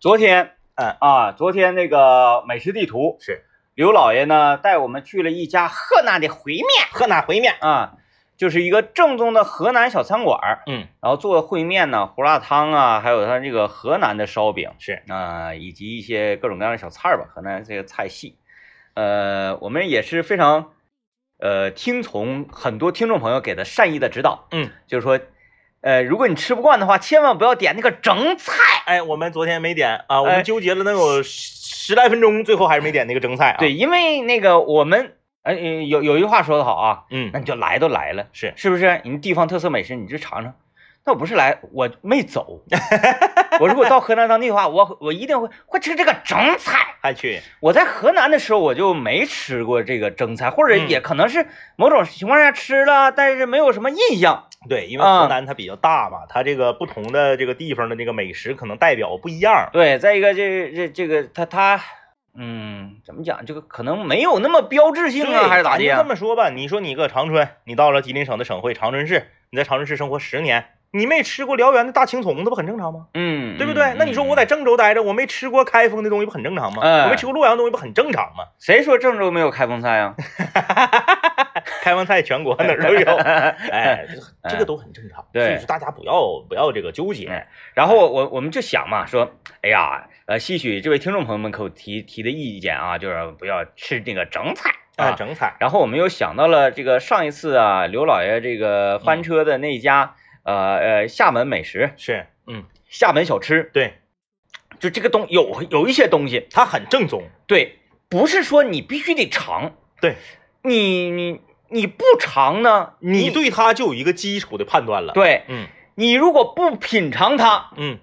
昨天，嗯啊，昨天那个美食地图是刘老爷呢带我们去了一家河南的烩面河南烩面，啊，就是一个正宗的河南小餐馆儿，嗯，然后做的烩面呢、胡辣汤啊，还有它这个河南的烧饼是啊、以及一些各种各样的小菜儿吧，河南这个菜系。呃，我们也是非常呃听从很多听众朋友给的善意的指导，嗯，就是说，呃，如果你吃不惯的话，千万不要点那个整菜。哎，我们昨天没点啊，我哎们纠结了能有十十来分钟，最后还是没点那个蒸菜啊。对，，因为那个我们，呃，有有一句话说得好啊，嗯那，你就来都来了，是是不是？你地方特色美食你就尝尝。那我不是来，我没 走。我如果到河南当地的话，我我一定会会吃这个蒸菜。还去我在河南的时候我就没吃过这个蒸菜，或者嗯也可能是某种情况下吃了，但是没有什么印象。对，因为嗯河南它比较大嘛，它这个不同的这个地方的这个美食可能代表不一样。对，再一个这这这个他他嗯，怎么讲？这个可能没有那么标志性啊，对还是咋地咱啊就这？么说吧，你说你搁长春，你到了吉林省的省会长春市，你在长春市生活十年，你没吃过辽源的大青葱，那不很正常吗？嗯，对不对？那你说我在在郑州待着，我没吃过开封的东西，不很正常吗？哎我没吃过洛阳的东西，不很正常吗？谁说郑州没有开封菜啊？开完菜全国哪 儿都有，哎，哎这个都很正常。对所以说大家不要不要这个纠结哎。 然后我我们就想嘛，说，哎呀，呃，吸取这位听众朋友们给我提提的意见啊，就是不要吃这个整菜哎，啊。整菜然后我们又想到了这个上一次啊，刘老爷这个翻车的那家、呃呃厦门美食、是，嗯，厦门小吃，对，就这个东有有一些东西，它很正宗。对，不是说你必须得尝，对你你你不尝呢，你对它就有一个基础的判断了。，对嗯你如果不品尝它，嗯，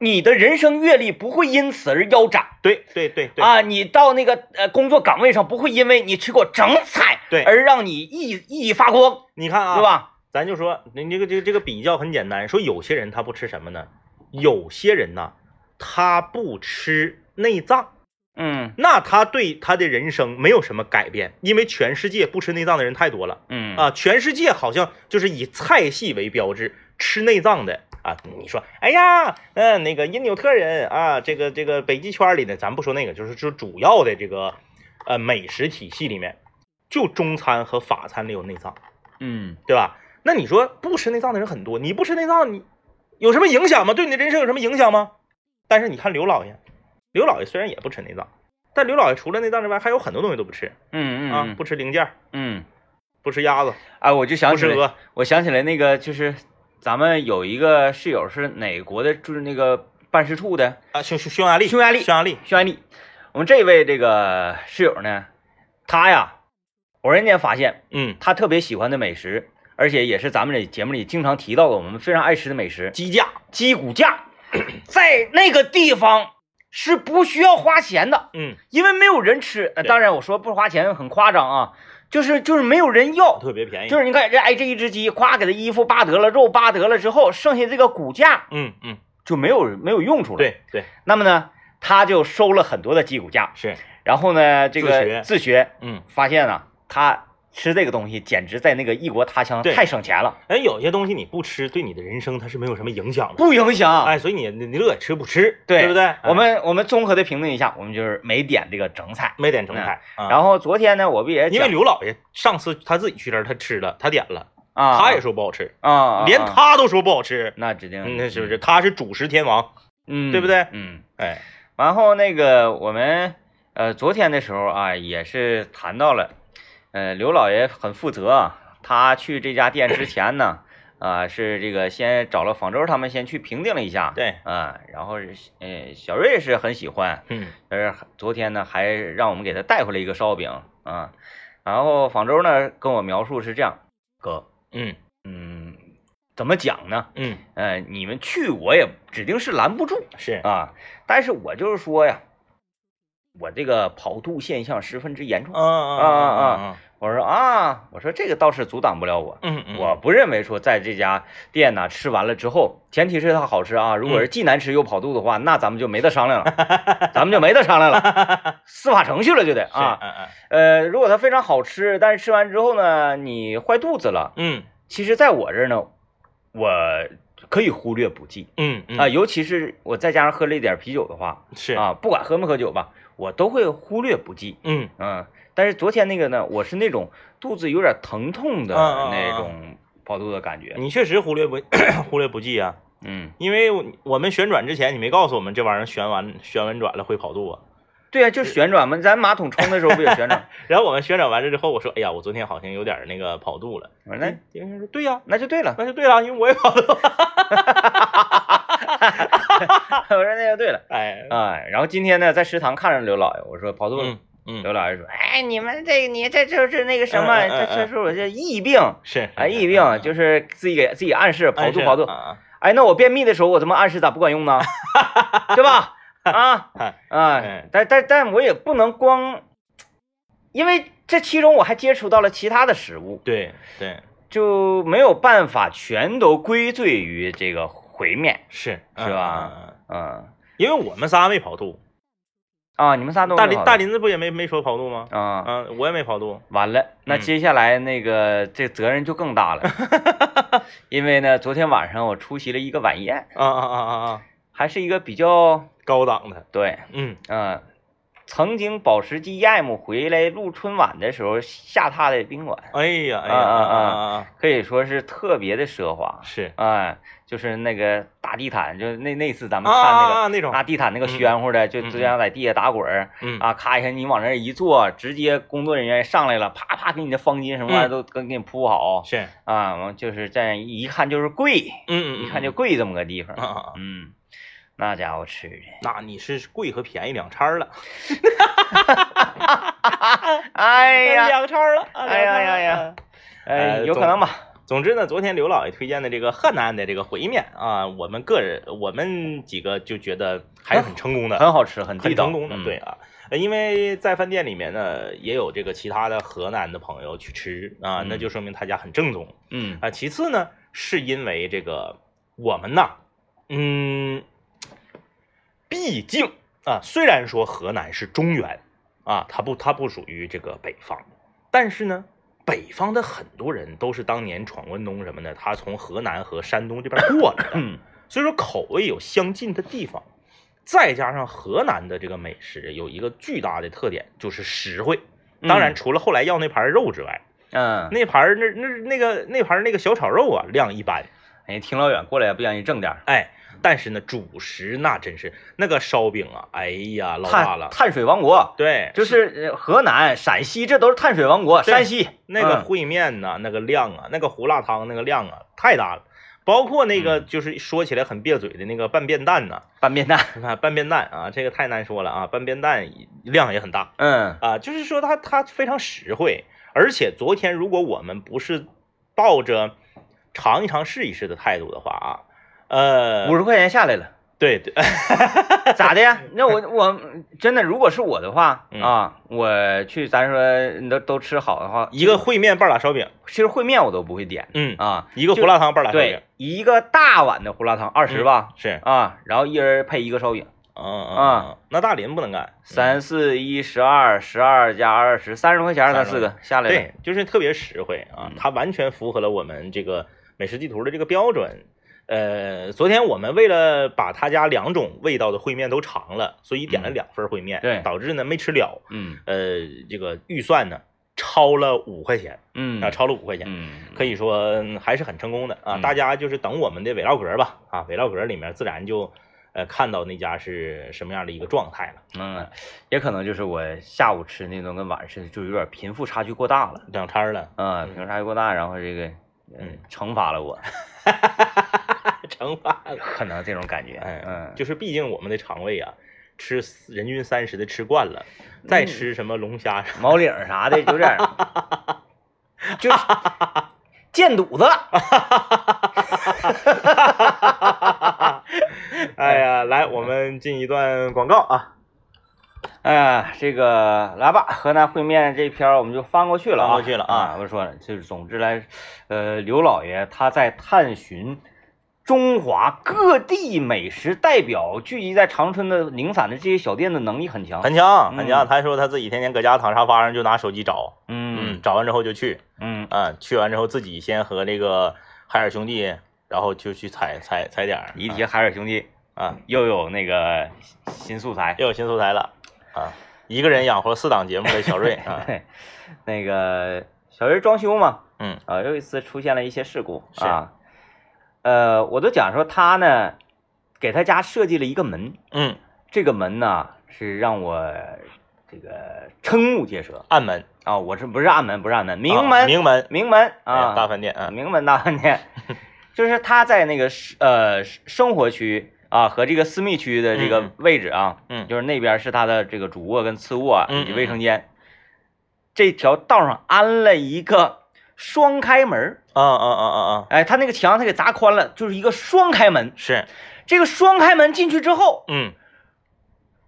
你的人生阅历不会因此而腰斩。对对对对，啊，你到那个呃工作岗位上，不会因为你吃过整菜对而让你熠熠发光，你看啊，对？吧？咱就说，你这个这个这个比较很简单，说有些人他不吃什么呢？有些人呐，他不吃内脏，嗯那他对他的人生没有什么改变，因为全世界不吃内脏的人太多了。嗯啊，全世界好像就是以菜系为标志，吃内脏的啊。你说，哎呀，嗯、那个因纽特人啊，这个这个北极圈里的，咱不说那个，就是就主要的这个呃美食体系里面，就中餐和法餐里有内脏，嗯，对吧？那你说不吃内脏的人很多，你不吃内脏，你有什么影响吗？对你的人生有什么影响吗？但是你看刘老爷，刘老爷虽然也不吃内脏，但刘老爷除了内脏之外，还有很多东西都不吃嗯嗯啊，不吃零件儿，嗯，不吃鸭子，哎，我就想不起吃来，鹅，我想起来那个就是咱们有一个室友是哪国的，就是那个办事处的啊，匈匈匈牙利，匈牙利匈牙利，匈牙利。我们这位这个室友呢，他呀，偶然间发现嗯，他特别喜欢的美食，而且也是咱们这节目里经常提到的我们非常爱吃的美食鸡架，鸡骨架， 在那个地方是不需要花钱的，嗯，因为没有人吃。呃对当然，我说不花钱很夸张啊，就是就是没有人要。特别便宜，就是你看这哎这一只鸡，夸给它衣服扒得了，肉扒得了之后，剩下这个骨架嗯嗯，就没有没有用处了。，对对那么呢，他就收了很多的鸡骨架，是，然后呢，这个自学自学嗯，发现啊，他吃这个东西简直在那个异国他乡对太省钱了，哎，有些东西你不吃，对你的人生它是没有什么影响的，不影响。哎，所以你你你乐意吃不吃，对不对？我哎们我们综合的评论一下，我们就是没点这个整菜。没点成菜，啊嗯然后昨天呢，我不也因为讲刘老爷上次他自己去那儿，他吃了，他点了，啊，他也说不好吃，啊啊，啊连他都说不好吃，那指定嗯那是不是？他是主食天王，嗯，对不对嗯，哎，然后那个我们呃昨天的时候啊，也是谈到了，呃，刘老爷很负责啊，他去这家店之前 呢，啊、是这个先找了访州他们先去评定了一下，对，啊，然后是呃小瑞是很喜欢，嗯，而昨天呢，还让我们给他带回来一个烧饼啊。然后仿州呢跟我描述是这样，哥，嗯嗯，怎么讲呢？嗯，呃，你们去我也指定是拦不住是，啊，但是我就是说呀，我这个跑肚现象十分之严重。嗯啊嗯我说啊，我说这个倒是阻挡不了我。嗯嗯，我不认为说在这家店呢吃完了之后，前提是它好吃啊。如嗯果是既难吃又跑肚的话，那咱们就没得商量了， 咱们就没得商量了，司法程序了就得是，啊。嗯嗯呃，如果它非常好吃，但是吃完之后呢，你坏肚子了，嗯，其实在我这儿呢，我可以忽略不计嗯啊、嗯啊尤其是我再加上喝了一点啤酒的话是啊，不管喝没喝酒吧，我都会忽略不计。嗯嗯，但是昨天那个呢，我是那种肚子有点疼痛的啊啊啊那种跑肚的感觉。你确实忽略不 忽略不计啊，嗯，因为我我们旋转之前你没告诉我们这玩意儿旋完旋完转了会跑肚啊，对啊，就旋转嘛，咱马桶冲的时候不也旋 转？然后我们旋转完了之后我说哎呀我昨天好像有点那个跑肚了，我说那丁先生说对呀、那就对 了，那就对了，因为我也跑肚，我说那就对了。哎，哎，然后今天呢，在食堂看着刘老爷，我说跑肚了。嗯嗯刘老爷说：“哎，你们这你这就是那个什么，嗯嗯嗯嗯这这是我这疫病，是是哎，是疫病就是自己给自己暗示跑哎肚是跑肚。啊哎，那我便秘的时候我他妈暗示咋不管用 呢？对吧？啊哎啊哎，但但但我也不能光，因为这其中我还接触到了其他的食物，对对就没有办法全都归罪于这个烩面，是是吧？嗯嗯嗯嗯因为我们仨没跑肚，啊，你们仨都大没林跑大的林子不也没没说跑肚吗？啊。啊，我也没跑肚。完了，那嗯接下来那个、这责任就更大 了，因为呢，昨天晚上我出席了一个晚宴，啊啊啊啊啊！还是一个比较高档的，对，嗯嗯、曾经保时捷 EM 回来录春晚的时候下榻的宾馆，哎呀，哎呀，啊啊啊啊！可以说是特别的奢华，是哎、就是那个大地毯，就那那次咱啊们看那个。啊啊那种，拿地毯那个嗯暄乎的，就就嗯这样在地下打滚儿、嗯啊，咔一下你往那儿一坐，直接工作人员上来了，啪啪给你的方巾什么玩意儿嗯都给你铺好，是，啊，完就是这样一看就是贵，嗯嗯，一看就嗯贵这么个地方。啊啊啊！嗯，那家伙吃的，那你是贵和便宜两掺儿了，哎呀， 两掺儿了，啊哎呀两掺儿呀了呀哎哎，有可能吧。总之呢，昨天刘老爷推荐的这个河南的这个烩面啊，我们个人我们几个就觉得还是很成功嗯的，很好吃，很地很道，成功的，嗯对，啊。呃因为在饭店里面呢，也有这个其他的河南的朋友去吃啊，嗯那就说明他家很正宗。嗯啊，其次呢，是因为这个我们呐，嗯，毕竟啊，虽然说河南是中原啊，它不它不属于这个北方，但是呢，北方的很多人都是当年闯关东什么的，他从河南和山东这边过来 的，嗯所以说口味有相近的地方。再加上河南的这个美食有一个巨大的特点，就是实惠。当然，嗯除了后来要那盘肉之外，嗯，那盘儿那那那个那盘儿那个小炒肉啊，量一般。哎，挺老远过来不让人挣点儿，哎，但是呢，主食那真是那个烧饼啊，哎呀，老大碳了。碳水王国，对，就是呃河南、陕西，这都是碳水王国，对山西那个嗯烩面呐、那个量啊，那个胡辣汤那个量啊，太大了。包括那个就是说起来很别嘴的那个拌便蛋呐、拌面蛋，你看拌便蛋啊，这个太难说了啊，拌便蛋量也很大嗯啊，就是说它它非常实惠，而且昨天如果我们不是抱着尝一尝试一试的态度的话啊，呃，五十块钱下来 了，对哎对，咋的呀？那我我真的，如果是我的话嗯啊，我去咱说嗯你都都吃好的话，一个烩面半拉烧饼，其实烩面我都不会点嗯，啊。一个就胡辣汤半拉烧饼嗯对，，一个大碗的胡辣汤二十吧，是，啊，然后一人配一个烧饼，嗯嗯啊嗯，那大林不能干，三四一十二，十二加二十，三十块钱，咱四个下来了。对，就是特别实惠啊嗯，它完全符合了我们这个美食地图的这个标准。呃，昨天我们为了把他家两种味道的烩面都尝了，所以点了嗯两份烩面，对导致呢没吃了，嗯呃，这个预算呢超了五块钱嗯啊，超了五块钱，嗯，可以说嗯还是很成功的啊！嗯大家就是等我们的伪绕格吧啊，伪绕格里面自然就呃看到那家是什么样的一个状态了，嗯，也可能就是我下午吃那顿跟晚上吃就有点贫富差距过大了，两摊儿了， 啊，贫富差距过大，然后这个嗯嗯惩罚了我，惩罚了。可能这种感 觉，哎嗯，就是毕竟我们的肠胃啊，吃人均三十的吃惯了，再吃什么龙虾啥，毛领啥的有点 儿，就是见肚子了。 哎呀，来，我们进一段广告啊，哎呀，这个来吧，河南烩面这篇儿我们就翻过去了啊，翻过去了啊啊！我说了，就是总之来，呃，刘老爷他在探寻中华各地美食代表聚集在长春的零散的这些小店的能力很强，韩强，嗯韩强，他说他自己天天搁家躺沙发上就拿手机找，嗯找完之后就去，嗯啊，去完之后自己先和这个海尔兄弟然后就去采采采点儿。一提海尔兄弟，啊，又有那个新素材。又有新素材了啊！一个人养活四档节目的小瑞 啊， 那个小瑞装修嘛，嗯啊，又一次出现了一些事故是啊。呃，我都讲说他呢，给他家设计了一个门，嗯，这个门呢是让我这个瞠目结舌暗门啊！我这不是暗门，不是暗门，啊明门，明门明门哎大啊，饭店啊，明门大饭 店，就是他在那个是呃生活区啊和这个私密区的这个嗯位置啊，嗯就是那边是他的这个主卧跟次卧啊嗯以及卫生间，这条道上安了一个双开门儿，啊啊啊啊啊，哎，他那个墙他给砸宽了，就是一个双开门。是，这个双开门进去之后，嗯，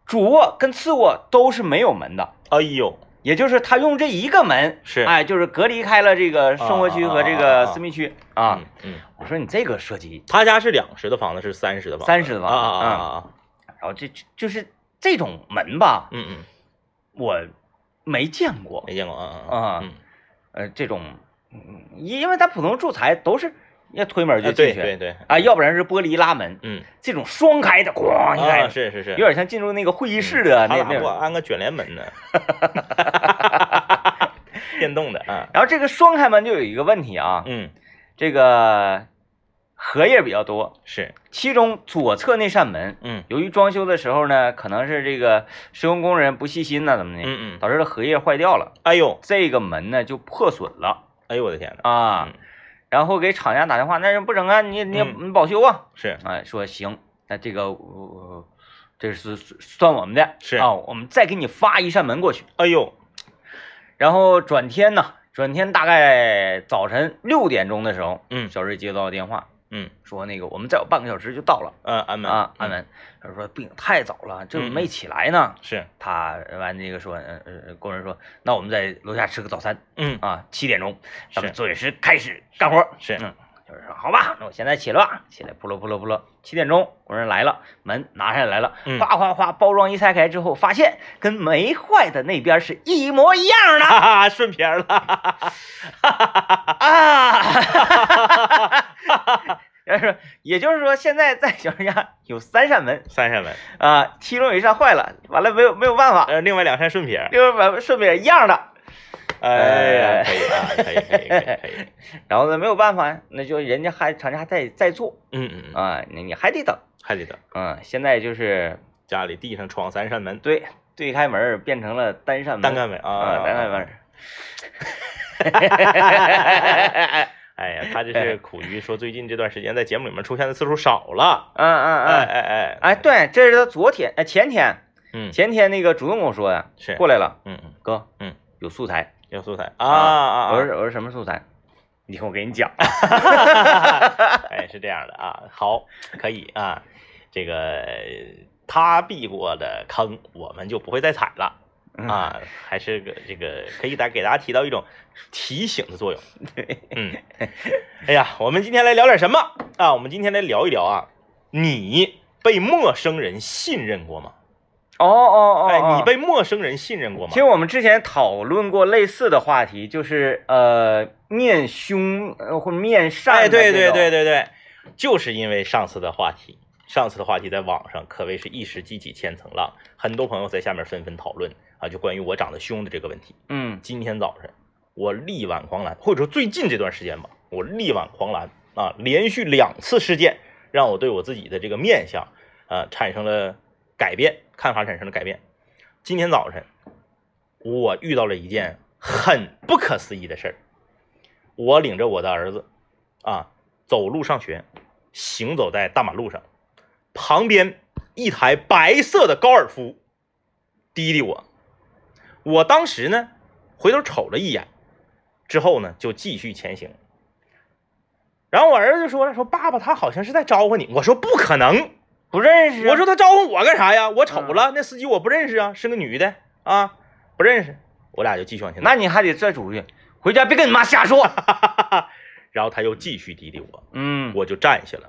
主卧跟次卧都是没有门的，哎呦，也就是他用这一个门，是哎，就是隔离开了这个生活区和这啊啊个啊啊私密区啊嗯。嗯，我说你这个设计，他家是两室的房子，是三室的房子，三室的房子啊啊啊啊啊，然后这就就是这种门吧，嗯嗯，我没见过。没见过啊啊嗯，呃，这种，嗯因因为咱普通住宅都是要推门就哎进对去，对对，啊，要不然是玻璃拉门，嗯，这种双开的，咣一开，啊是嗯是是，有点像进入那个会议室的他那咋那不种。安个卷帘门 呢？电动的啊，然后这个双开门就有一个问题啊，嗯，这个荷叶比较多，是，其中左侧那扇门，嗯由于装修的时候呢，可能是这个施工工人不细心呐、怎么的，嗯嗯，导致了荷叶坏掉了，哎呦这个门呢就破损了哎呦我的天呐，啊嗯。然后给厂家打电话，那就不整啊，你你嗯你保修啊，是哎，说行，那这个我、这是算我们的，是啊，我们再给你发一扇门过去。哎呦，然后转天呢，转天大概早晨六点钟的时候，嗯小瑞接到电话嗯说那个我们再有半个小时就到了呃安门啊，嗯安文，他说不行，太早了，这嗯嗯没起来呢。是，他完这个说，呃呃，工人说，那我们在楼下吃个早餐嗯啊，七点钟咱们是准时开始干活。是嗯就是说好吧，那我现在起了吧，起来扑噜扑噜扑噜，七点钟工人来了，门拿下来了，嗯哗哗哗，包装一拆开之后，发现跟没坏的那边是一模一样 的哈哈，顺偏了，啊。也就是也就是说，现在在小人家有三扇门三扇门，啊，其中有一扇坏了，完了没有没有办法，呃，另外两扇顺撇儿，就是把顺便一样的，哎呃呀，可以啊，可以可以可以可 以，然后呢没有办法呀，那就人家还厂家还在在做嗯嗯嗯，啊，你你还得等，还得等，嗯，现在就是家里地上闯三扇门，对对开门儿变成了单扇门，单干门啊，啊，单开门。儿。哎呀，他这是苦于说最近这段时间在节目里面出现的次数少了， 嗯嗯嗯，哎哎哎，哎，，对，这是他昨天，哎，前天，嗯前天那个主动跟我说呀，是，过来了，嗯嗯，哥，嗯，有素材要素材啊啊， 我说我说什么素材？你听我给你讲，哎，是这样的啊，好，可以啊，这个他避过的坑，我们就不会再踩了。啊，还是个这个可以大给大家提到一种提醒的作用。对，嗯，哎呀，我们今天来聊点什么啊？我们今天来聊一聊啊，你被陌生人信任过吗？哦哦哦，哎，你哦被陌生人信任过吗其？实我们之前讨论过类似的话题，就是呃，面凶呃或面善，哎，对对对，对对，就是因为上次的话题，上次的话题在网上可谓是一石激起千层浪，很多朋友在下面纷纷讨论啊，就关于我长得凶的这个问题。嗯今天早晨我力挽狂澜，或者说最近这段时间吧，我力挽狂澜啊，连续两次事件让我对我自己的这个面相呃产生了改变，看法产生了改变。今天早晨我遇到了一件很不可思议的事儿，我领着我的儿子啊走路上学，行走在大马路上，旁边一台白色的高尔夫滴滴我。我当时呢，回头瞅了一眼，之后呢就继续前行。然后我儿子就说了：“说爸爸，他好像是在招呼你。”我说：“不可能！不认识啊，啊我说他招呼我干啥呀？我瞅了、那司机，我不认识啊，是个女的啊，不认识。”我俩就继续往前走。那你还得再嘱咐，回家别跟你妈瞎 说，然后他又继续滴滴我，嗯，我就站下了。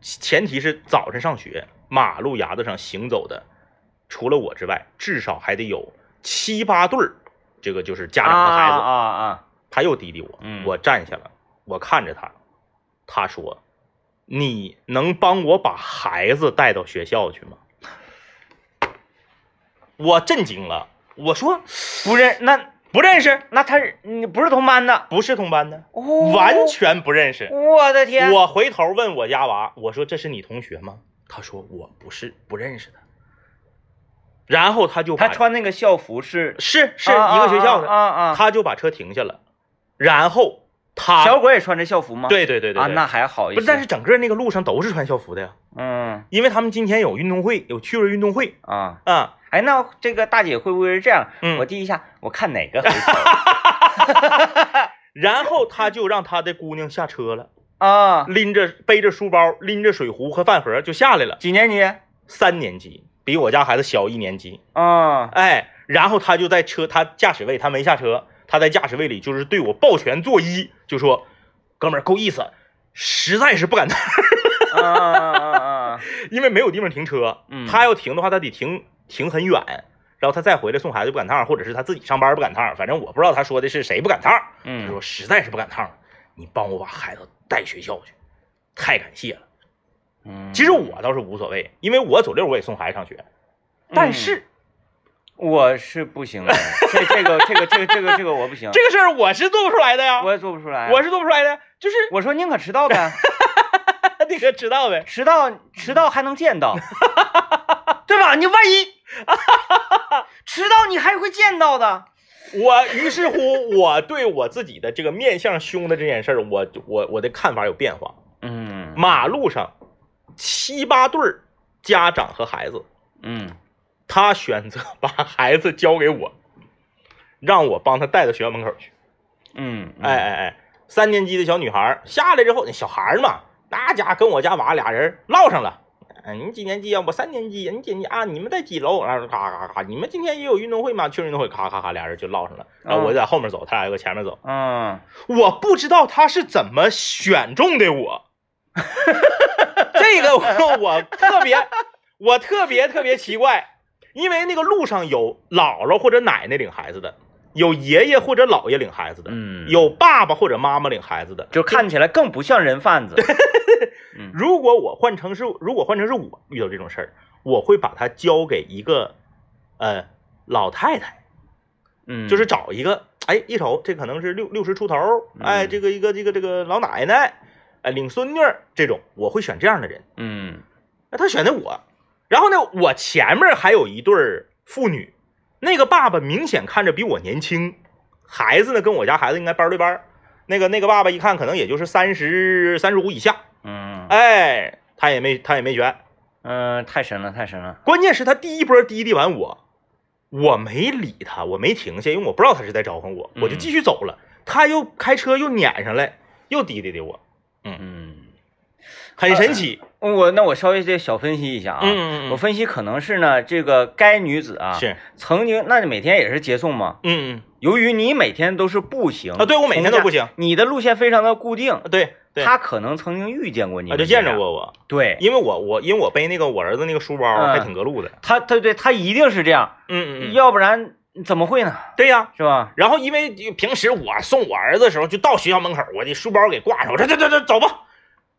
前提是早晨上学，马路牙子上行走的，除了我之外，至少还得有七八对儿，这个就是家长和孩子。啊啊啊啊，他又滴滴我，嗯我站下了，我看着他，他说：“你能帮我把孩子带到学校去吗？”我震惊了，我说不认那不认识，那他是你不是同班的，不是同班的，哦完全不认识。我的天，我回头问我家娃，我说这是你同学吗？他说我不是，不认识的。然后他就把他穿那个校服是是是啊一个学校的，啊啊啊啊他就把车停下了，然后他小鬼也穿着校服吗？对对对对啊，对那还好一不些。是，但是整个那个路上都是穿校服的呀，嗯因为他们今天有运动会，有趣味运动会啊，啊，哎，那这个大姐会不会是这样？嗯我第一下我看哪个回 头然后他就让他的姑娘下车了，啊？拎着背着书包，拎着水壶和饭盒就下来了，几年级？三年级，比我家孩子小一年级，啊哎，然后他就在车，他驾驶位他没下车，他在驾驶位里就是对我抱拳作揖，就说：“哥们儿够意思，实在是不敢带， 啊啊啊啊！因为没有地方停车。嗯他要停的话，他得停停很远，然后他再回来送孩子不赶趟儿，或者是他自己上班不赶趟儿，反正我不知道他说的是谁不赶趟儿。他嗯说实在是不赶趟儿，你帮我把孩子带学校去，太感谢了。嗯，其实我倒是无所谓，因为我走六我也送孩子上学，嗯但是。我是不行的，这这个这个这个这个这个我不行，这个事儿我是做不出来的呀，我也做不出来。我是做不出来的，就是我说宁可迟到呗，那个知道呗，迟到迟到还能见到，嗯对吧？你万一 迟到你还会见到的。我于是乎，我对我自己的这个面向凶的这件事儿，我我我的看法有变化。嗯马路上七八对儿家长和孩子，嗯他选择 把孩子交给我，让我帮他带到学校门口去。嗯，哎哎哎，三年级的小女孩儿下来之后，那小孩儿嘛，那家跟我家娃俩人唠上了。哎，你几年级啊？我三年级。你几年级啊？你们在几楼？然后咔咔咔，你们今天也有运动会吗？去运动会，咔咔咔，俩人就唠上了。然后我就在后面走，他俩就搁前面走。嗯，我不知道他是怎么选中的我，这个 我我特别，我特别特别奇怪，因为那个路上有姥姥或者奶奶领孩子的，有爷爷或者姥爷领孩子的，嗯有爸爸或者妈妈领孩子的。就看起来更不像人贩子。如果我换成是，如果换成是我遇到这种事儿，我会把它交给一个，呃，老太太。嗯， 就是找一个，哎，一瞅这可能是六六十出头儿，哎，嗯这个一个这个这个老奶奶，哎，领孙女儿这种，我会选这样的人。嗯那他选的我，然后呢，我前面还有一对儿父女，那个爸爸明显看着比我年轻，孩子呢跟我家孩子应该班儿对班儿，那个那个爸爸一看可能也就是三十三十五以下，嗯哎，他也没他也没选，嗯，太神了，太神了。关键是他第一波滴滴完我，我没理他，我没停下，因为我不知道他是在招呼我，嗯我就继续走了。他又开车又撵上来，又滴滴的我，嗯，很神奇。我那我稍微这小分析一下啊。嗯我分析可能是呢，这个该女子啊，是，曾经，那你每天也是接送吗？嗯嗯由于你每天都是步行啊，对我每天都不，行，从家你的路线非常的固定啊，对对，他可能曾经遇见过你，啊就见着，过我，对，因为我我因为我背那个我儿子那个书包嗯还挺隔路的，他他对他一定是这样，嗯嗯嗯，要不然怎么会呢？对呀、是吧？然后因为就平时我送我儿子的时候，就到学校门口，我的书包给挂上，我说这这这走吧。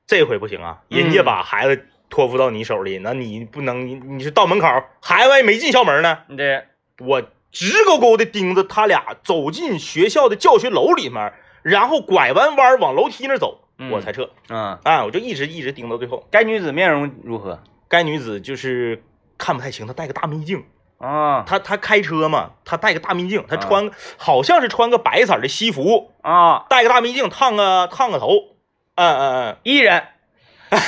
这回不行啊，人家把孩子托付到你手里，那你不能，你你是到门口，孩子还没进校门呢，对，我直勾勾的盯着他俩走进学校的教学楼里面，然后拐弯弯往楼梯那走，嗯我才撤。嗯，啊，我就一直一直盯到最后。该女子面容如何？该女子就是看不太清，她戴个大秘镜，啊她她开车嘛，她戴个大秘镜，她穿、好像是穿个白色的西服，啊，戴个大秘镜，烫个烫个头，嗯嗯伊人，嗯，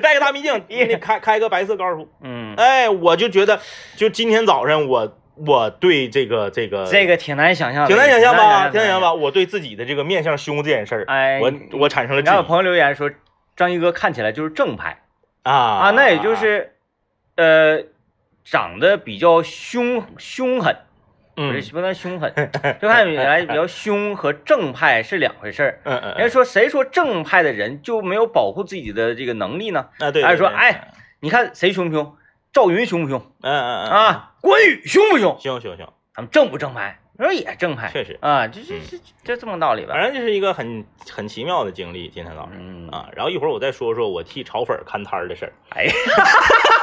戴个大秘镜，一人你开开个白色高尔夫，嗯，哎，我就觉得，就今天早上我我对这个这个这个挺难想象的，挺难想象吧，挺挺难难想象的。吧，我对自己的这个面向凶这件事儿，哎我我产生了质然后有疑朋友留言说，张一哥看起来就是正派啊啊，啊那也就是，呃，长得比较凶凶狠，不嗯是不能凶 狠，就看起来比较凶和正派是两回事儿。嗯嗯，人家说谁说正派的人就没有保护自己的这个能力呢？啊对，还是说对，哎，你看谁凶不凶？赵云凶不凶嗯嗯嗯，啊？关羽凶不凶？行行行，咱们正不正派？你说也正派，确实嗯啊，这这这这这么道理反吧？正就是一个很很奇妙的经历。今天早上嗯，啊，然后一会儿我再说说我替炒粉儿看摊儿的事儿。哎呀，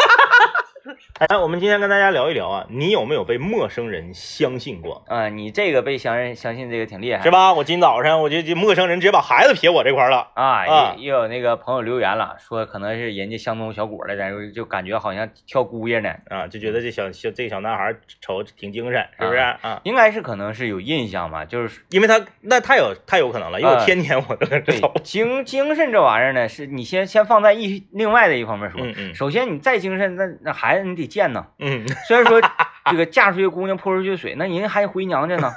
哎，我们今天跟大家聊一聊啊，你有没有被陌生人相信过？啊，你这个被相认相信这个挺厉害，是？吧？我今早上我就就陌生人直接把孩子撇我这块儿了。啊啊，也也有那个朋友留言了，说可能是人家相中小伙儿了，然后就感觉好像挑姑爷呢，啊，就觉得这小小这小男孩儿瞅着挺精神，是不是啊啊？应该是可能是有印象吧，就是因为他那太有太有可能了，因为我天天我都在这啊 对瞅。精精神这玩意儿呢，是你先先放在一另外的一方面说，嗯嗯首先你再精神，那那孩子你得见呐，嗯， 虽然说这个嫁出去的姑娘泼出去的水，那人还回娘家呢，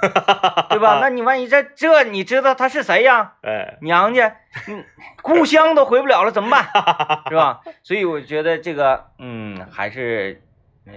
对 吧？那你万一这这你知道他是谁呀？哎，娘家，嗯，故乡都回不了了，怎么办？是吧？所以我觉得这个，嗯，还是，嗯、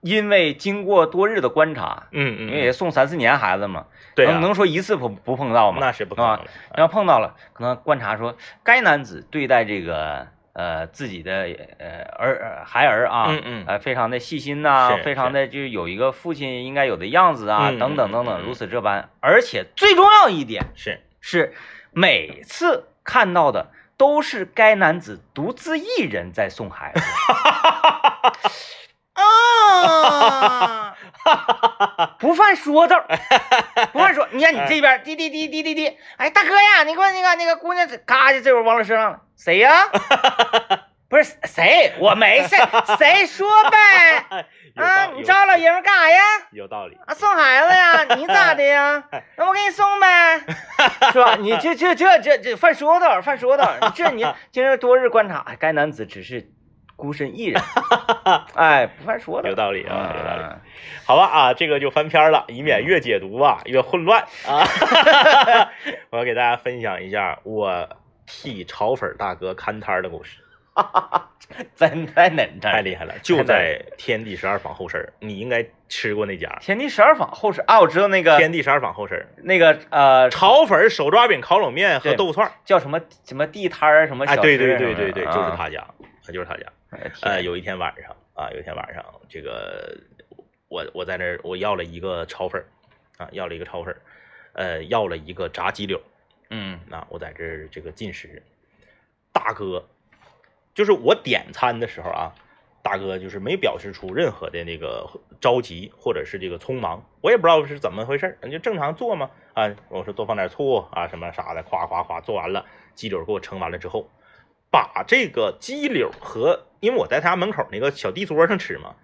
因为经过多日的观察，嗯因嗯，为也送三四年孩子嘛，对啊能，啊能说一次不不碰到吗？那是不可能的。然后碰到了，可能观察说，该男子对待这个呃自己的呃儿孩儿啊，嗯嗯呃非常的细心呐、是非常的就是有一个父亲应该有的样子啊，嗯等等等嗯嗯等，嗯如此这般。而且最重要一点是，是，每次看到的都是该男子独自一人在送孩子。 啊！不犯说道， 不犯说。你看你这边滴滴滴滴滴滴，哎，大哥呀，你给我那个那个姑娘，嘎就这会儿往我身上了，谁 呀？不是谁，我没事，谁说 呗？有啊，道你找老爷们干啥呀？有道理。啊，送孩子呀？你咋的呀？那我给你送 呗，是吧？你这这这这这犯说道，犯说道，你 这你今日多日观察，哎该男子只是孤身一 人，哎，不犯说道，有道理啊啊，有道理。好吧啊，这个就翻篇儿嗯了，以免越解读啊越混乱啊。 我要给大家分享一下我替炒粉儿大哥看摊儿的故事，在在哪儿呢？太厉害了，就在天地十二坊后身儿，你应该吃过那家。天地十二坊后身啊，我知道那个天地十二坊后身儿，那个呃炒粉儿、手抓饼、烤冷面和对豆腐串儿。叫什么什么地摊儿什么哎，小吃对对什么对的对对，就是啊他家，就是他家。哎天呃，有一天晚上啊，有一天晚上，这个我我在那儿我要了一个炒粉儿啊，要了一个炒粉儿，呃，要了一个炸鸡柳。嗯那我在这儿这个进食，大哥，就是我点餐的时候啊，大哥就是没表示出任何的那个着急或者是这个匆忙，我也不知道是怎么回事儿，就正常做嘛啊，我说多放点醋啊什么啥的，夸夸夸做完了，鸡柳给我盛完了之后，把这个鸡柳和因为我在他门口那个小地桌上吃嘛，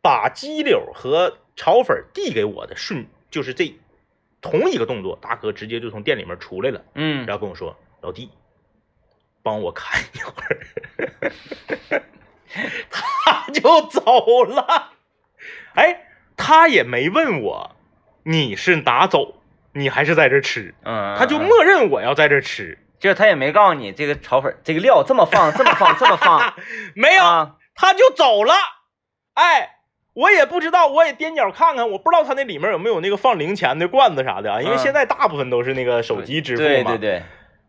把鸡柳和炒粉儿递给我的瞬就是这。同一个动作，大哥直接就从店里面出来了，嗯，然后跟我说：“老弟，帮我看一会儿。” 他就走了。哎，他也没问我你是哪走，你还是在这吃，嗯，他就嗯，默认我要在这吃。就是他也没告诉你这个炒粉儿这个料这么放，这么放，这么 放没有，啊，他就走了。哎，我也不知道，我也踮脚看看，我不知道他那里面有没有那个放零钱的罐子啥的啊，因为嗯现在大部分都是那个手机支付嘛。对对对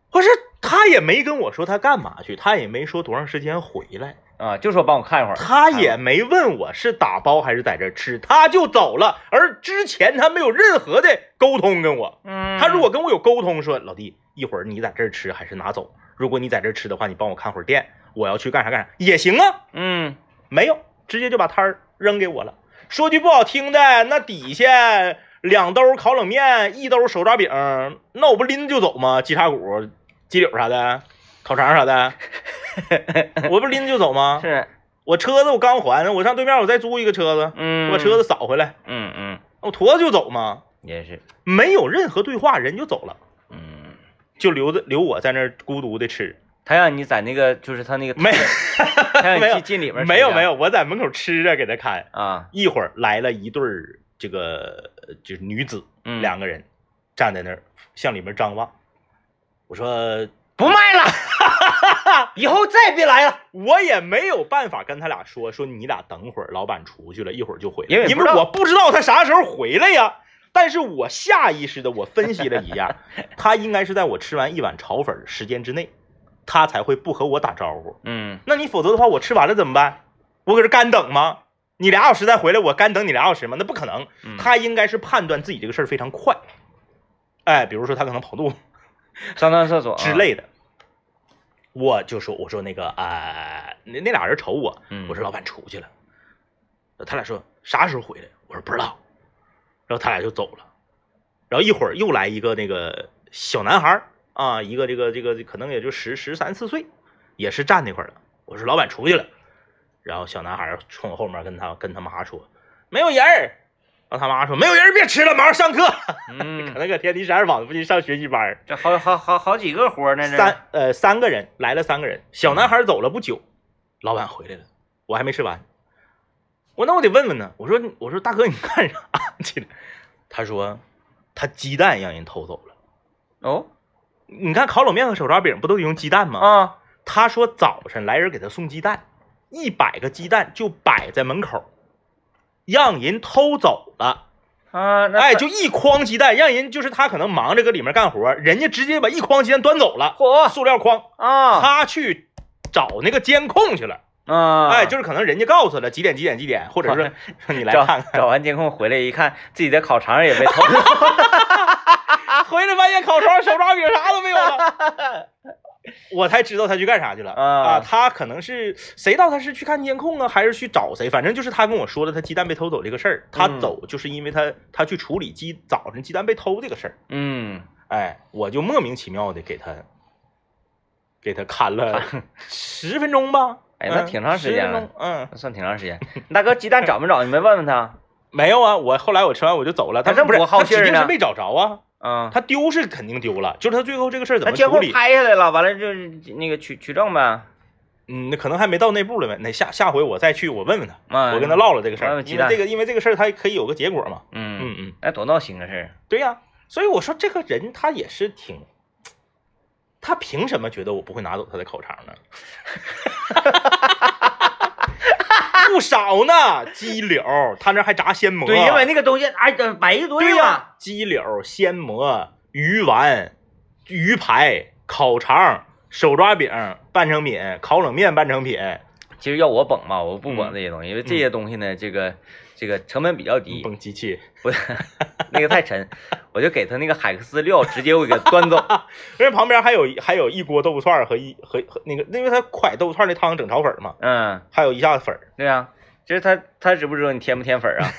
不是，他也没跟我说他干嘛去，他也没说多长时间回来，啊，就说帮我看一会儿，他也没问我是打包还是在这吃，他就走了。而之前他没有任何的沟通跟我，嗯，他如果跟我有沟通说，老弟，一会儿你在这儿吃还是拿走？如果你在这儿吃的话，你帮我看会儿店，我要去干啥干啥也行啊。 嗯没有，直接就把摊儿扔给我了。说句不好听的，那底下两兜烤冷面，一兜手抓饼，那我不拎就走吗？鸡叉骨、鸡柳啥的，烤肠 啥的，我不拎就走吗？是我车子我刚还，我上对面我再租一个车子，嗯，我把车子扫回来，嗯嗯我驮着就走吗？也是没有任何对话，人就走了，嗯，就留着留我在那儿孤独的吃，他让你在那个就是他那个没他让没你有进进里边儿没有吃没有，我在门口吃着给他看，啊，一会儿来了一对儿这个呃就是女子，嗯两个人站在那儿向里面张望。我说不卖 了，以后再别来了，我也没有办法跟他俩说，说你俩等会儿，老板出去了，一会儿就回因来，为因不知为道我不知道他啥时候回来呀。但是我下意识的我分析了一 下，他应该是在我吃完一碗炒粉儿时间之内，他才会不和我打招呼。嗯那你否则的话，我吃完了怎么办？我搁这干等吗？你俩小时再回来，我干等你俩小时吗？那不可能，嗯他应该是判断自己这个事儿非常快，哎，比如说他可能跑肚上趟厕所啊之，类的。我就说，我说那个啊、那那俩人瞅我，嗯我说老板出去了，他俩说啥时候回来？我说不知道，然后他俩就走了，然后一会儿又来一个那个小男孩儿啊，一个这个这个可能也就十十三四岁，也是站那块儿了。我说老板出去了，然后小男孩儿冲我后面跟他跟他妈说没有人儿，然后他妈说没有人儿别吃了，马上上课。 嗯，那个天地十二坊附近上学习班儿，这好好好好几个活儿呢，这三呃三个人来了三个人，小男孩走了不久，老板回来了，我还没吃完，我那我得问问呢，我说我说大哥你干啥去了？ 他说他鸡蛋让人偷走了。哦你看烤冷面和手抓饼不都得用鸡蛋吗？啊，他说早晨来人给他送鸡蛋，一百个鸡蛋就摆在门口，让人偷走了。啊，那哎，他就一筐鸡蛋，让人就是他可能忙着搁里面干活，人家直接把一筐鸡蛋端走了，嚯塑料筐。啊他去找那个监控去了，啊，哎，就是可能人家告诉他几点几点几点，或者是说 你来找看看，找完监控回来一看，自己的烤肠也被偷 了，回来发现烤肠、手抓饼啥都没有了， 我才知道他去干啥去了啊啊！他可能是谁知道他是去看监控啊，还是去找谁？反正就是他跟我说了他鸡蛋被偷走这个事儿，他嗯走就是因为他他去处理鸡早晨鸡蛋被偷这个事儿，嗯，哎，我就莫名其妙的给他。给他看了十分钟吧，哎那嗯挺长时间10分钟了嗯，那算挺长时间。大哥，鸡蛋找没找？你没问问他？没有啊，我后来我吃完我就走了。他还这么不是不好他信儿指定呢是没找着啊，嗯，他丢是肯定丢了，就是他最后这个事儿怎那么监处控理？拍下来了，完了就是那个取取证呗。嗯，那可能还没到那步了呗。那下下回我再去，我问问他，嗯我跟他唠唠这个事问儿，问鸡因蛋为这个因为这个事儿他可以有个结果嘛。嗯，嗯嗯，那多闹心个事儿。对呀、所以我说这个人他也是挺，他凭什么觉得我不会拿走他的烤肠呢？ 不少呢，鸡柳，他那还炸鲜啊蘑，对，因为那个东西，哎，这摆一堆对呀、嘛。鸡柳、鲜蘑、鱼丸、鱼排、烤肠、手抓饼、半成品、烤冷面半成品，其实要我捧吧，我不捧嗯这些东西，因为这些东西呢，这个这个成本比较低，崩机器。不 那个太沉，我就给他那个海克斯料直接我给他端走。因为旁边还有一还有一锅豆腐串儿和一和和那个，因为他蒯豆腐串儿那汤整炒粉儿嘛，嗯，还有一下子粉儿， 对啊，就是他他知不知道你添不添粉儿啊？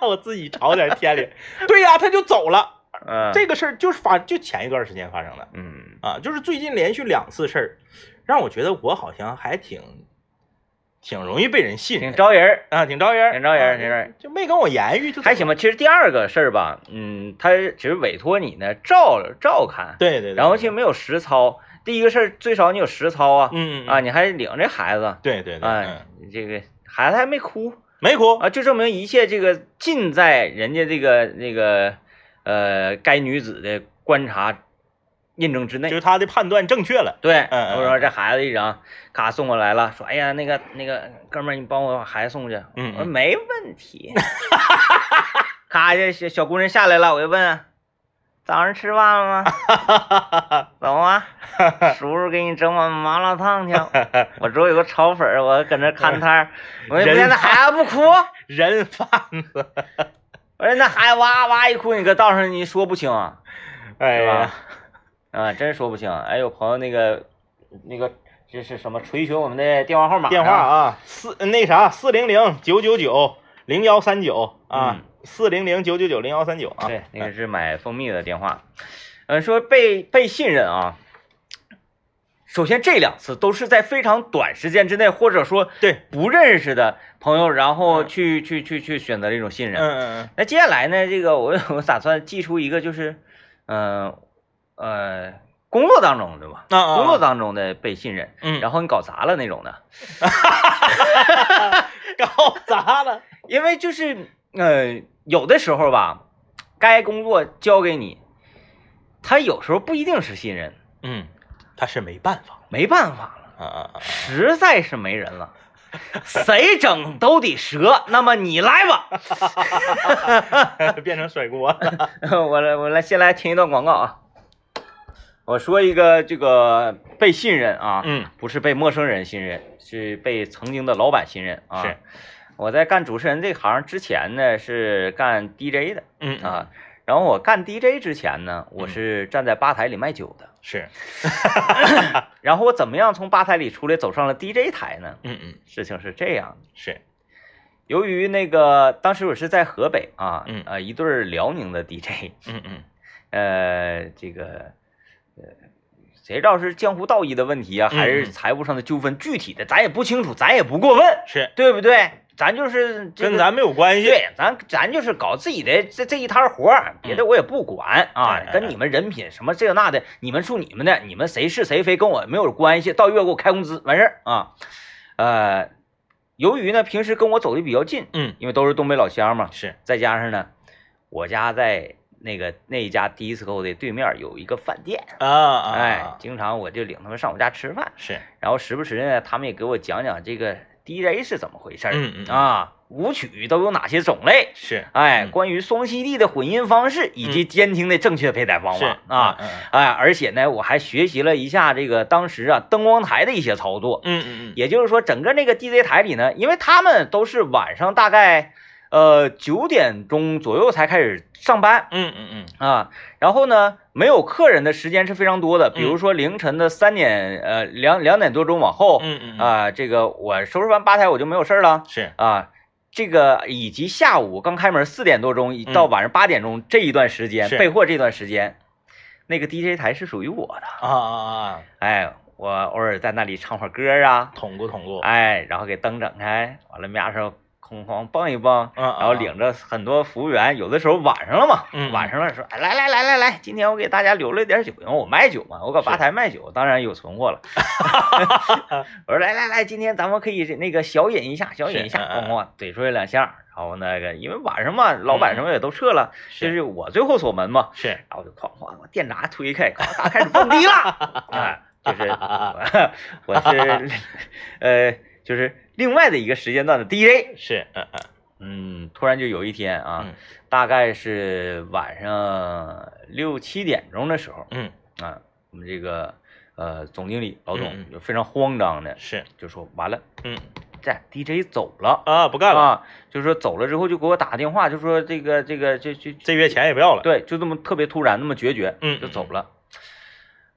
我自己炒点天里。对呀、他就走了。嗯，这个事儿就是发就前一段时间发生的嗯啊，就是最近连续两次事儿，让我觉得我好像还挺挺容易被人信挺任招人儿。啊，挺招人儿，挺招人儿啊挺招人儿就没跟我言语，就还行吧。其实第二个事儿吧，嗯，他只是委托你呢，照照看，对对对，然后就没有实操。第一个事儿最少你有实操啊，嗯嗯啊，嗯，你还领着孩子，对对对，啊嗯，，这个孩子还没哭没哭，啊，就证明一切这个尽在人家这个那个呃该女子的观察印证之就内。是他的判断正确了，对，嗯嗯我说嗯这孩子一整，咔送过来了，说哎呀那个那个哥们儿，你帮我把孩子送去，嗯嗯我说没问题，咔这小小姑娘下来了，我就问早上吃饭了吗？走 啊，叔叔给你整碗麻辣烫去，我这有个炒粉儿，我搁那看摊 儿，我说人那孩子不哭，我人 贩子，说那孩子哇哇一哭，你搁道上你说不清啊。哎是吧呀，？啊，真说不清。哎，有朋友那个那个这是什么？垂询我们的电话号码。电话。啊，四那啥四零零九九九零幺三九啊嗯，四零零九九九零幺三九啊，对，那个是买蜂蜜的电话。呃，说被被信任啊。首先，这两次都是在非常短时间之内，或者说对，不认识的朋友，然后嗯去、去去去选择这种信嗯任。嗯那接下来呢，这个我我打算寄出一个，就是，嗯呃工作当中的吧，嗯，啊工作啊，当中的被信任，嗯，然后你搞砸了那种的，搞砸了，因为就是呃，有的时候吧，该工作交给你，他有时候不一定是新人，嗯，他是没办法没办法了，啊啊啊，实在是没人了，谁整都得折，那么你来吧。 啊变成甩锅了，我来，我来，先来听一段广告啊。我说一个这个被信任啊，嗯不是被陌生人信任，是被曾经的老板信任啊。是，我在干主持人这行之前呢，是干 DJ 的嗯啊。然后我干 DJ 之前呢，我是站在吧台里卖酒的。是，然后我怎么样从吧台里出来，走上了 DJ 台呢？嗯嗯事情是这样的，是，由于那个当时我是在河北啊，嗯呃，一对儿辽宁的 DJ，嗯嗯呃，这个呃，谁知道是江湖道义的问题啊，还是嗯嗯财务上的纠纷？具体的咱也不清楚，咱也不过问，是，对不对？咱就是这跟个咱没有关系。对，咱咱就是搞自己的这这一摊活儿，别嗯的我也不管啊哎哎，哎跟你们人品什么这那的，你们处你们的，你们谁是谁非跟我没有关系。到月给我开工资完事儿啊。呃，由于呢平时跟我走的比较近，嗯，因为都是东北老乡嘛，是，再加上呢，我家在那个那一家 disco 的对面有一个饭店，啊啊，哎啊，经常我就领他们上我家吃饭，是，然后时不时呢，他们也给我讲讲这个 DJ 是怎么回事儿嗯嗯嗯啊，舞曲都有哪些种类。是哎，嗯关于双 CD 的混音方式以及监听的正确佩戴方是嗯法、啊，，哎，而且呢，我还学习了一下这个当时啊灯光台的一些操作。嗯嗯嗯也就是说，整个那个 DJ 台里呢，因为他们都是晚上大概呃九点钟左右才开始上班嗯嗯嗯啊，然后呢，没有客人的时间是非常多嗯的，比如说凌晨的三点呃两两点多钟往后嗯嗯嗯，啊、这个我收拾完吧台我就没有事儿了。是，啊，这个以及下午刚开门四点多钟嗯到晚上八点钟这一段时间，是备货这段时间，那个 DJ 台是属于我的。啊啊啊，哎，我偶尔在那里唱会儿歌啊，捅咕捅咕，哎，然后给灯整开，完了面上空旷蹦一蹦。嗯，然然后领着很多服务员，有的时候晚上了嘛，嗯晚上了说，哎，来来来来来，今天我给大家留了点酒，因为我卖酒嘛，我搁吧是台卖酒，当然有存货 了。我说来来来，今天咱们可以那个小饮一下，小饮一下，啊是嗯嗯咣咣怼出来两下，然后那个因为晚上嘛，老板什么也都撤了，就是是我最后锁门嘛，是，然后我就哐哐，我电闸推开，咔咔开始蹦迪 了，啊，就是我我 是呃就是另外的一个时间段的 DJ，是，嗯嗯嗯，突然就有一天啊，嗯大概是晚上六七点钟的时候嗯啊，我们这个呃总经理老嗯总嗯就非常慌张的是，就说：“完了，嗯这 DJ 走了啊，不干了，啊，就说走了之后就给我打个电话，就说这个这个就就这月钱也不要了，对，就这么特别突然，那么决绝，嗯就走了。”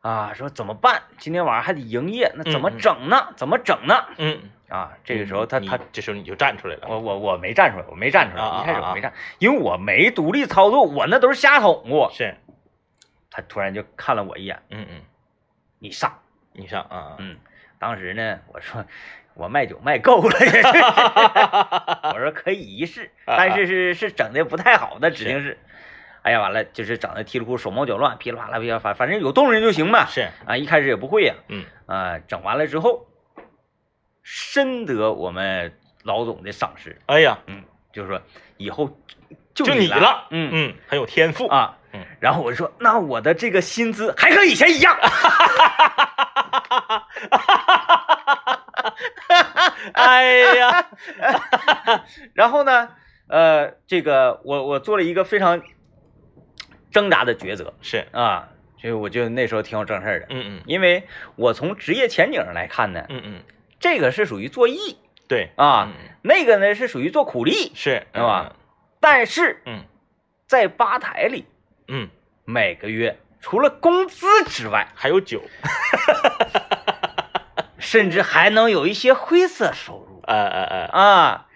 啊，说怎么办？今天晚上还得营业，那怎么嗯嗯整呢？怎么整呢？嗯，啊，这个时候他你他这时候你就站出来了，我我我没站出来，我没站出来，啊啊一开始啊我啊没站，因为我没独立操作，我那都是瞎捅咕。是，他突然就看了我一眼，嗯嗯，你上。你上啊，嗯，当时呢，我说我卖酒卖够了，也 是我说可以一试，啊啊但是是是整的不太好的，指定是。哎呀，完了，就是整的踢里哭，手忙脚乱，噼里啪啦噼里啪啦，反正有动静就行嘛。是，啊，一开始也不会呀、嗯啊，整完了之后，深得我们老总的赏识。哎呀，嗯，就是说以后就就你了，了，嗯嗯，很有天赋，啊嗯，然后我说那我的这个薪资还和以前一 样，哎呀， 然后呢，呃，这个我我做了一个非常挣扎的抉择是，啊，所以我就那时候挺有正事儿的，嗯嗯因为我从职业前景上来看呢，嗯嗯，这个是属于做艺对，嗯啊，，那个呢是属于做苦力，是，是吧？但是嗯在吧台里嗯，每个月除了工资之外，还有酒，甚至还能有一些灰色收入哎哎啊，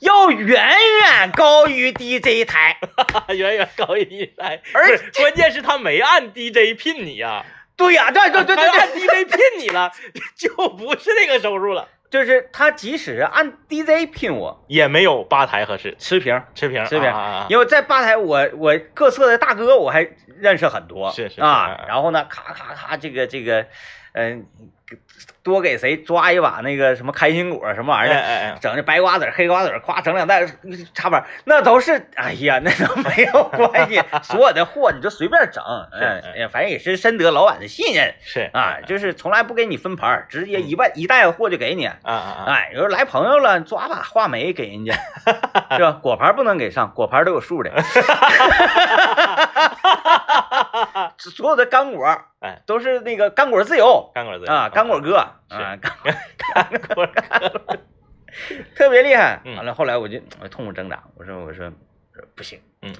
要远远高于 DJ 台。 哎，远远高于你来，而不是关键是他没按 DJ 聘你呀、对啊呀、对对对他要按 对对， DJ 聘你了， 就不是那个收入了，就是他即使按 DJ 聘我也没有吧台合适，持平，持平持平啊啊啊因为在吧台我我各色的大哥我还认识很多，是是是啊嗯，然后呢，咔咔咔，这个这个，嗯、多给谁抓一把那个什么开心果什么玩意哎儿的。哎哎，整这白瓜子儿、黑瓜子儿，夸整两袋插板儿，那都是哎呀， 那都没有关 系，所有的货你就随便整，嗯，是哎哎呀反正也是深得老板的信任是啊，就是从来不给你分盘儿，直接嗯一万一袋货就给你。啊啊啊，哎，有时候来朋友了，抓把话梅给 人家，是吧？果盘不能给上，果盘都有数的。所有的干果儿，哎都是那个干果自由干果子啊，干果哥是啊，干干果 特别厉害。嗯完了，后来我就我痛苦挣扎，我说我说我说不行，嗯，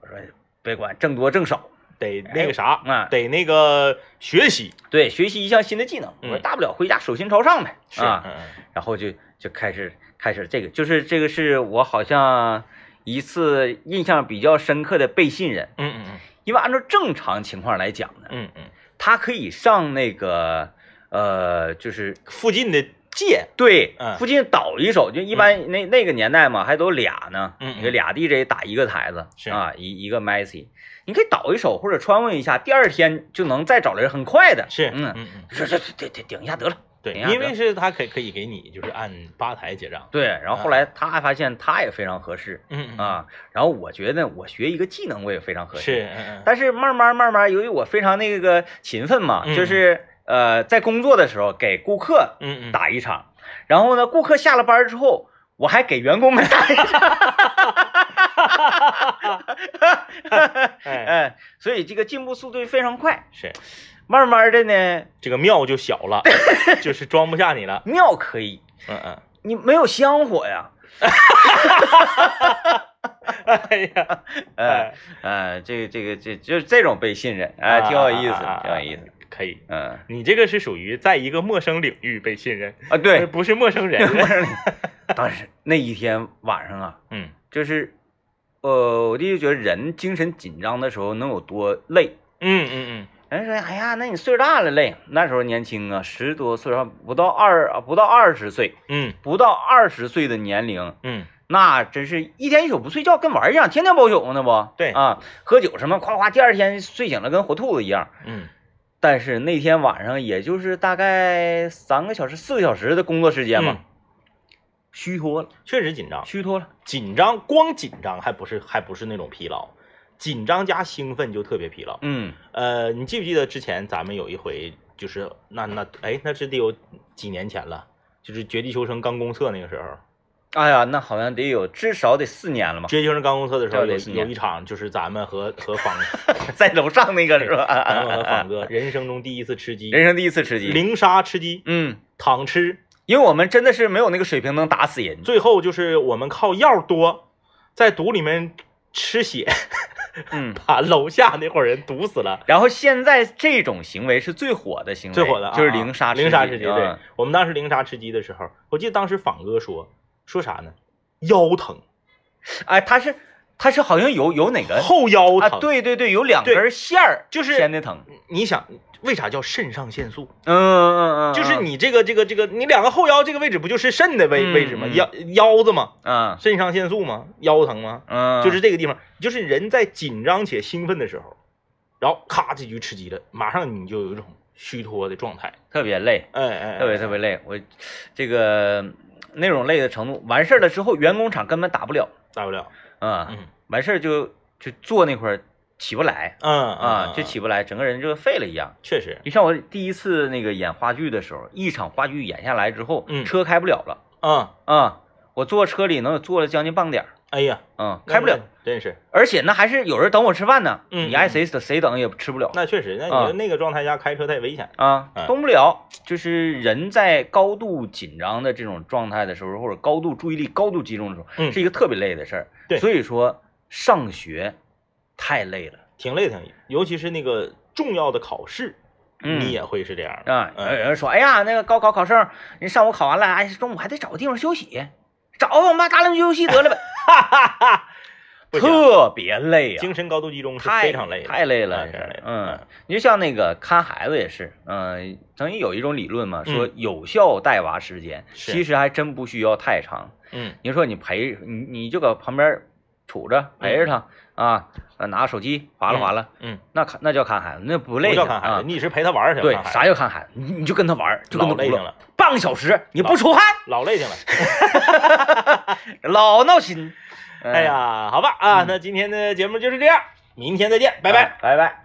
我说别管挣多挣少得那个啥，啊，得那个学习对，学习一项新的技能。我说嗯大不了回家手心朝上呗，是啊，嗯然后就就开始开始这个，就是这个是我好像一次印象比较深刻的被信任，嗯嗯因为按照正常情况来讲呢，嗯嗯嗯，他可以上那个呃，就是附近的界，对嗯附近倒一手，就一般那那个年代嘛，还都俩呢，嗯嗯你说俩 DJ 打一个台子是啊，一一个 Messi，你可以倒一手或者穿问一下，第二天就能再找人，很快的，是嗯，嗯嗯，这这这顶顶一下得了。对，等一下因为是他可可以给你就是按吧台结账，对，然后后来他还发现他也非常合适，嗯，啊，然后我觉得我学一个技能我也非常合适，是，嗯嗯但是慢慢慢慢，由于我非常那个勤奋嘛，嗯就是呃在工作的时候给顾客嗯嗯，打一场，然后呢顾客下了班之后，我还给员工们打一场，哎，哎， 所以这个进步速度非常快，是慢慢的呢这个庙就小 了，就是装不下你了，庙可以，嗯 嗯。你没有香火呀，哎呀，呃呃这个这个这就是这种被信任，啊哎、挺有意思，挺有意思，，可以。嗯你这个是属于在一个陌生领域被信任，啊对，不是陌 生人。当时那一天晚上啊。嗯就是，呃，我弟就觉得人精神紧张的时候能有多累。嗯嗯人家说，哎呀，那你岁数大了累。那时候年轻啊，十多岁，还不到二，啊不到二十岁，嗯不到二十岁的年龄，嗯那真是一天一宿不睡觉，跟玩儿一样，天天包宿呢不？对啊，喝酒什么，夸夸，第二天睡醒了跟活兔子一样。嗯但是那天晚上，也就是大概三个小时、四个小时的工作时间嗯嘛，虚脱了，确实紧张，虚脱了。紧张光紧张还不是还不是那种疲劳，紧张加兴奋就特别疲劳。嗯，呃，你记不记得之前咱们有一回就是那那哎那是得有几年前了，就是《绝地求生》刚公测那个时候，哎呀，那好像得有至少得四年了嘛《绝地求生》刚公测的时这候有得是有一场就是咱们和和仿 在楼上那个是吧？咱们和仿哥人生中第一次吃鸡，人生第一次吃鸡，零杀吃鸡，嗯，躺吃，因为我们真的是没有那个水平能打死人。最后就是我们靠药多，在毒里面吃血，嗯，把楼下那伙人毒死了。然后现在这种行为是最火的行为，最火的啊嗯哎就是零杀零杀吃鸡，鸡，对嗯，我们当时零杀吃鸡的时候，我记得当时仿哥说说啥呢？腰疼，哎，他是他是好像有有哪个后腰啊？疼。，对对对，有两根线儿就是牵的疼，你想为啥叫肾上腺素？嗯嗯嗯，就是你这个这个这个，你两个后腰这个位置不就是肾的位嗯位置吗？嗯腰腰子吗？嗯肾上腺素吗？腰疼吗？嗯，就是这个地方，就是人在紧张且兴奋的时候，然后咔这局吃鸡了，马上你就有一种虚脱的状态。特别累，哎哎，特别特别累。我这个那种累的程度，完事儿了之后，员工厂根本打不了，大不了，嗯，嗯完事儿就就坐那块儿起不来。嗯啊，就起不来，整个人就废了一样。确实，就像我第一次那个演话剧的时候，一场话剧演下来之后，嗯车开不了了嗯，啊、我坐车里能有坐了将近半个点儿，哎呀，嗯，那开不了，，真是，而且呢还是有人等我吃饭呢，嗯你爱谁谁等也吃不了那确实，那你啊说那个状态下开车太危险了。啊哎，动不了。就是人在高度紧张的这种状态的时候，或者高度注意力高度集中的时候，嗯是一个特别累的事儿。对所以说上学太累了挺累挺累，尤其是那个重要的考试，嗯你也会是这样的。啊，有哎人说，哎呀，那个高考考生，人上午考完了，哎，中午还得找个地方休息，找个网吧打两局游戏得了呗，哈哈哈， 不行特别累啊精，神高度集中是太非常累的，太累了啊，这太累是了嗯嗯，你就像那个看孩子也是，嗯，曾经有一种理论嘛，说有效带娃时间，嗯是其实还真不需要太长。嗯你说你陪你，你就搁旁边杵着陪着他啊，呃拿手机划拉划拉，嗯，那看那叫看孩子，那不不累叫的看孩啊子，。你是陪他玩儿去，对看，孩子啥叫看孩子？你你就跟他玩儿，就跟他老轱累辘挺。了，半个小时你不出汗，老 累挺了。老闹心。哎哎哎，呀，好吧啊，那今天的节目就是这样，明天再见，拜拜。拜拜。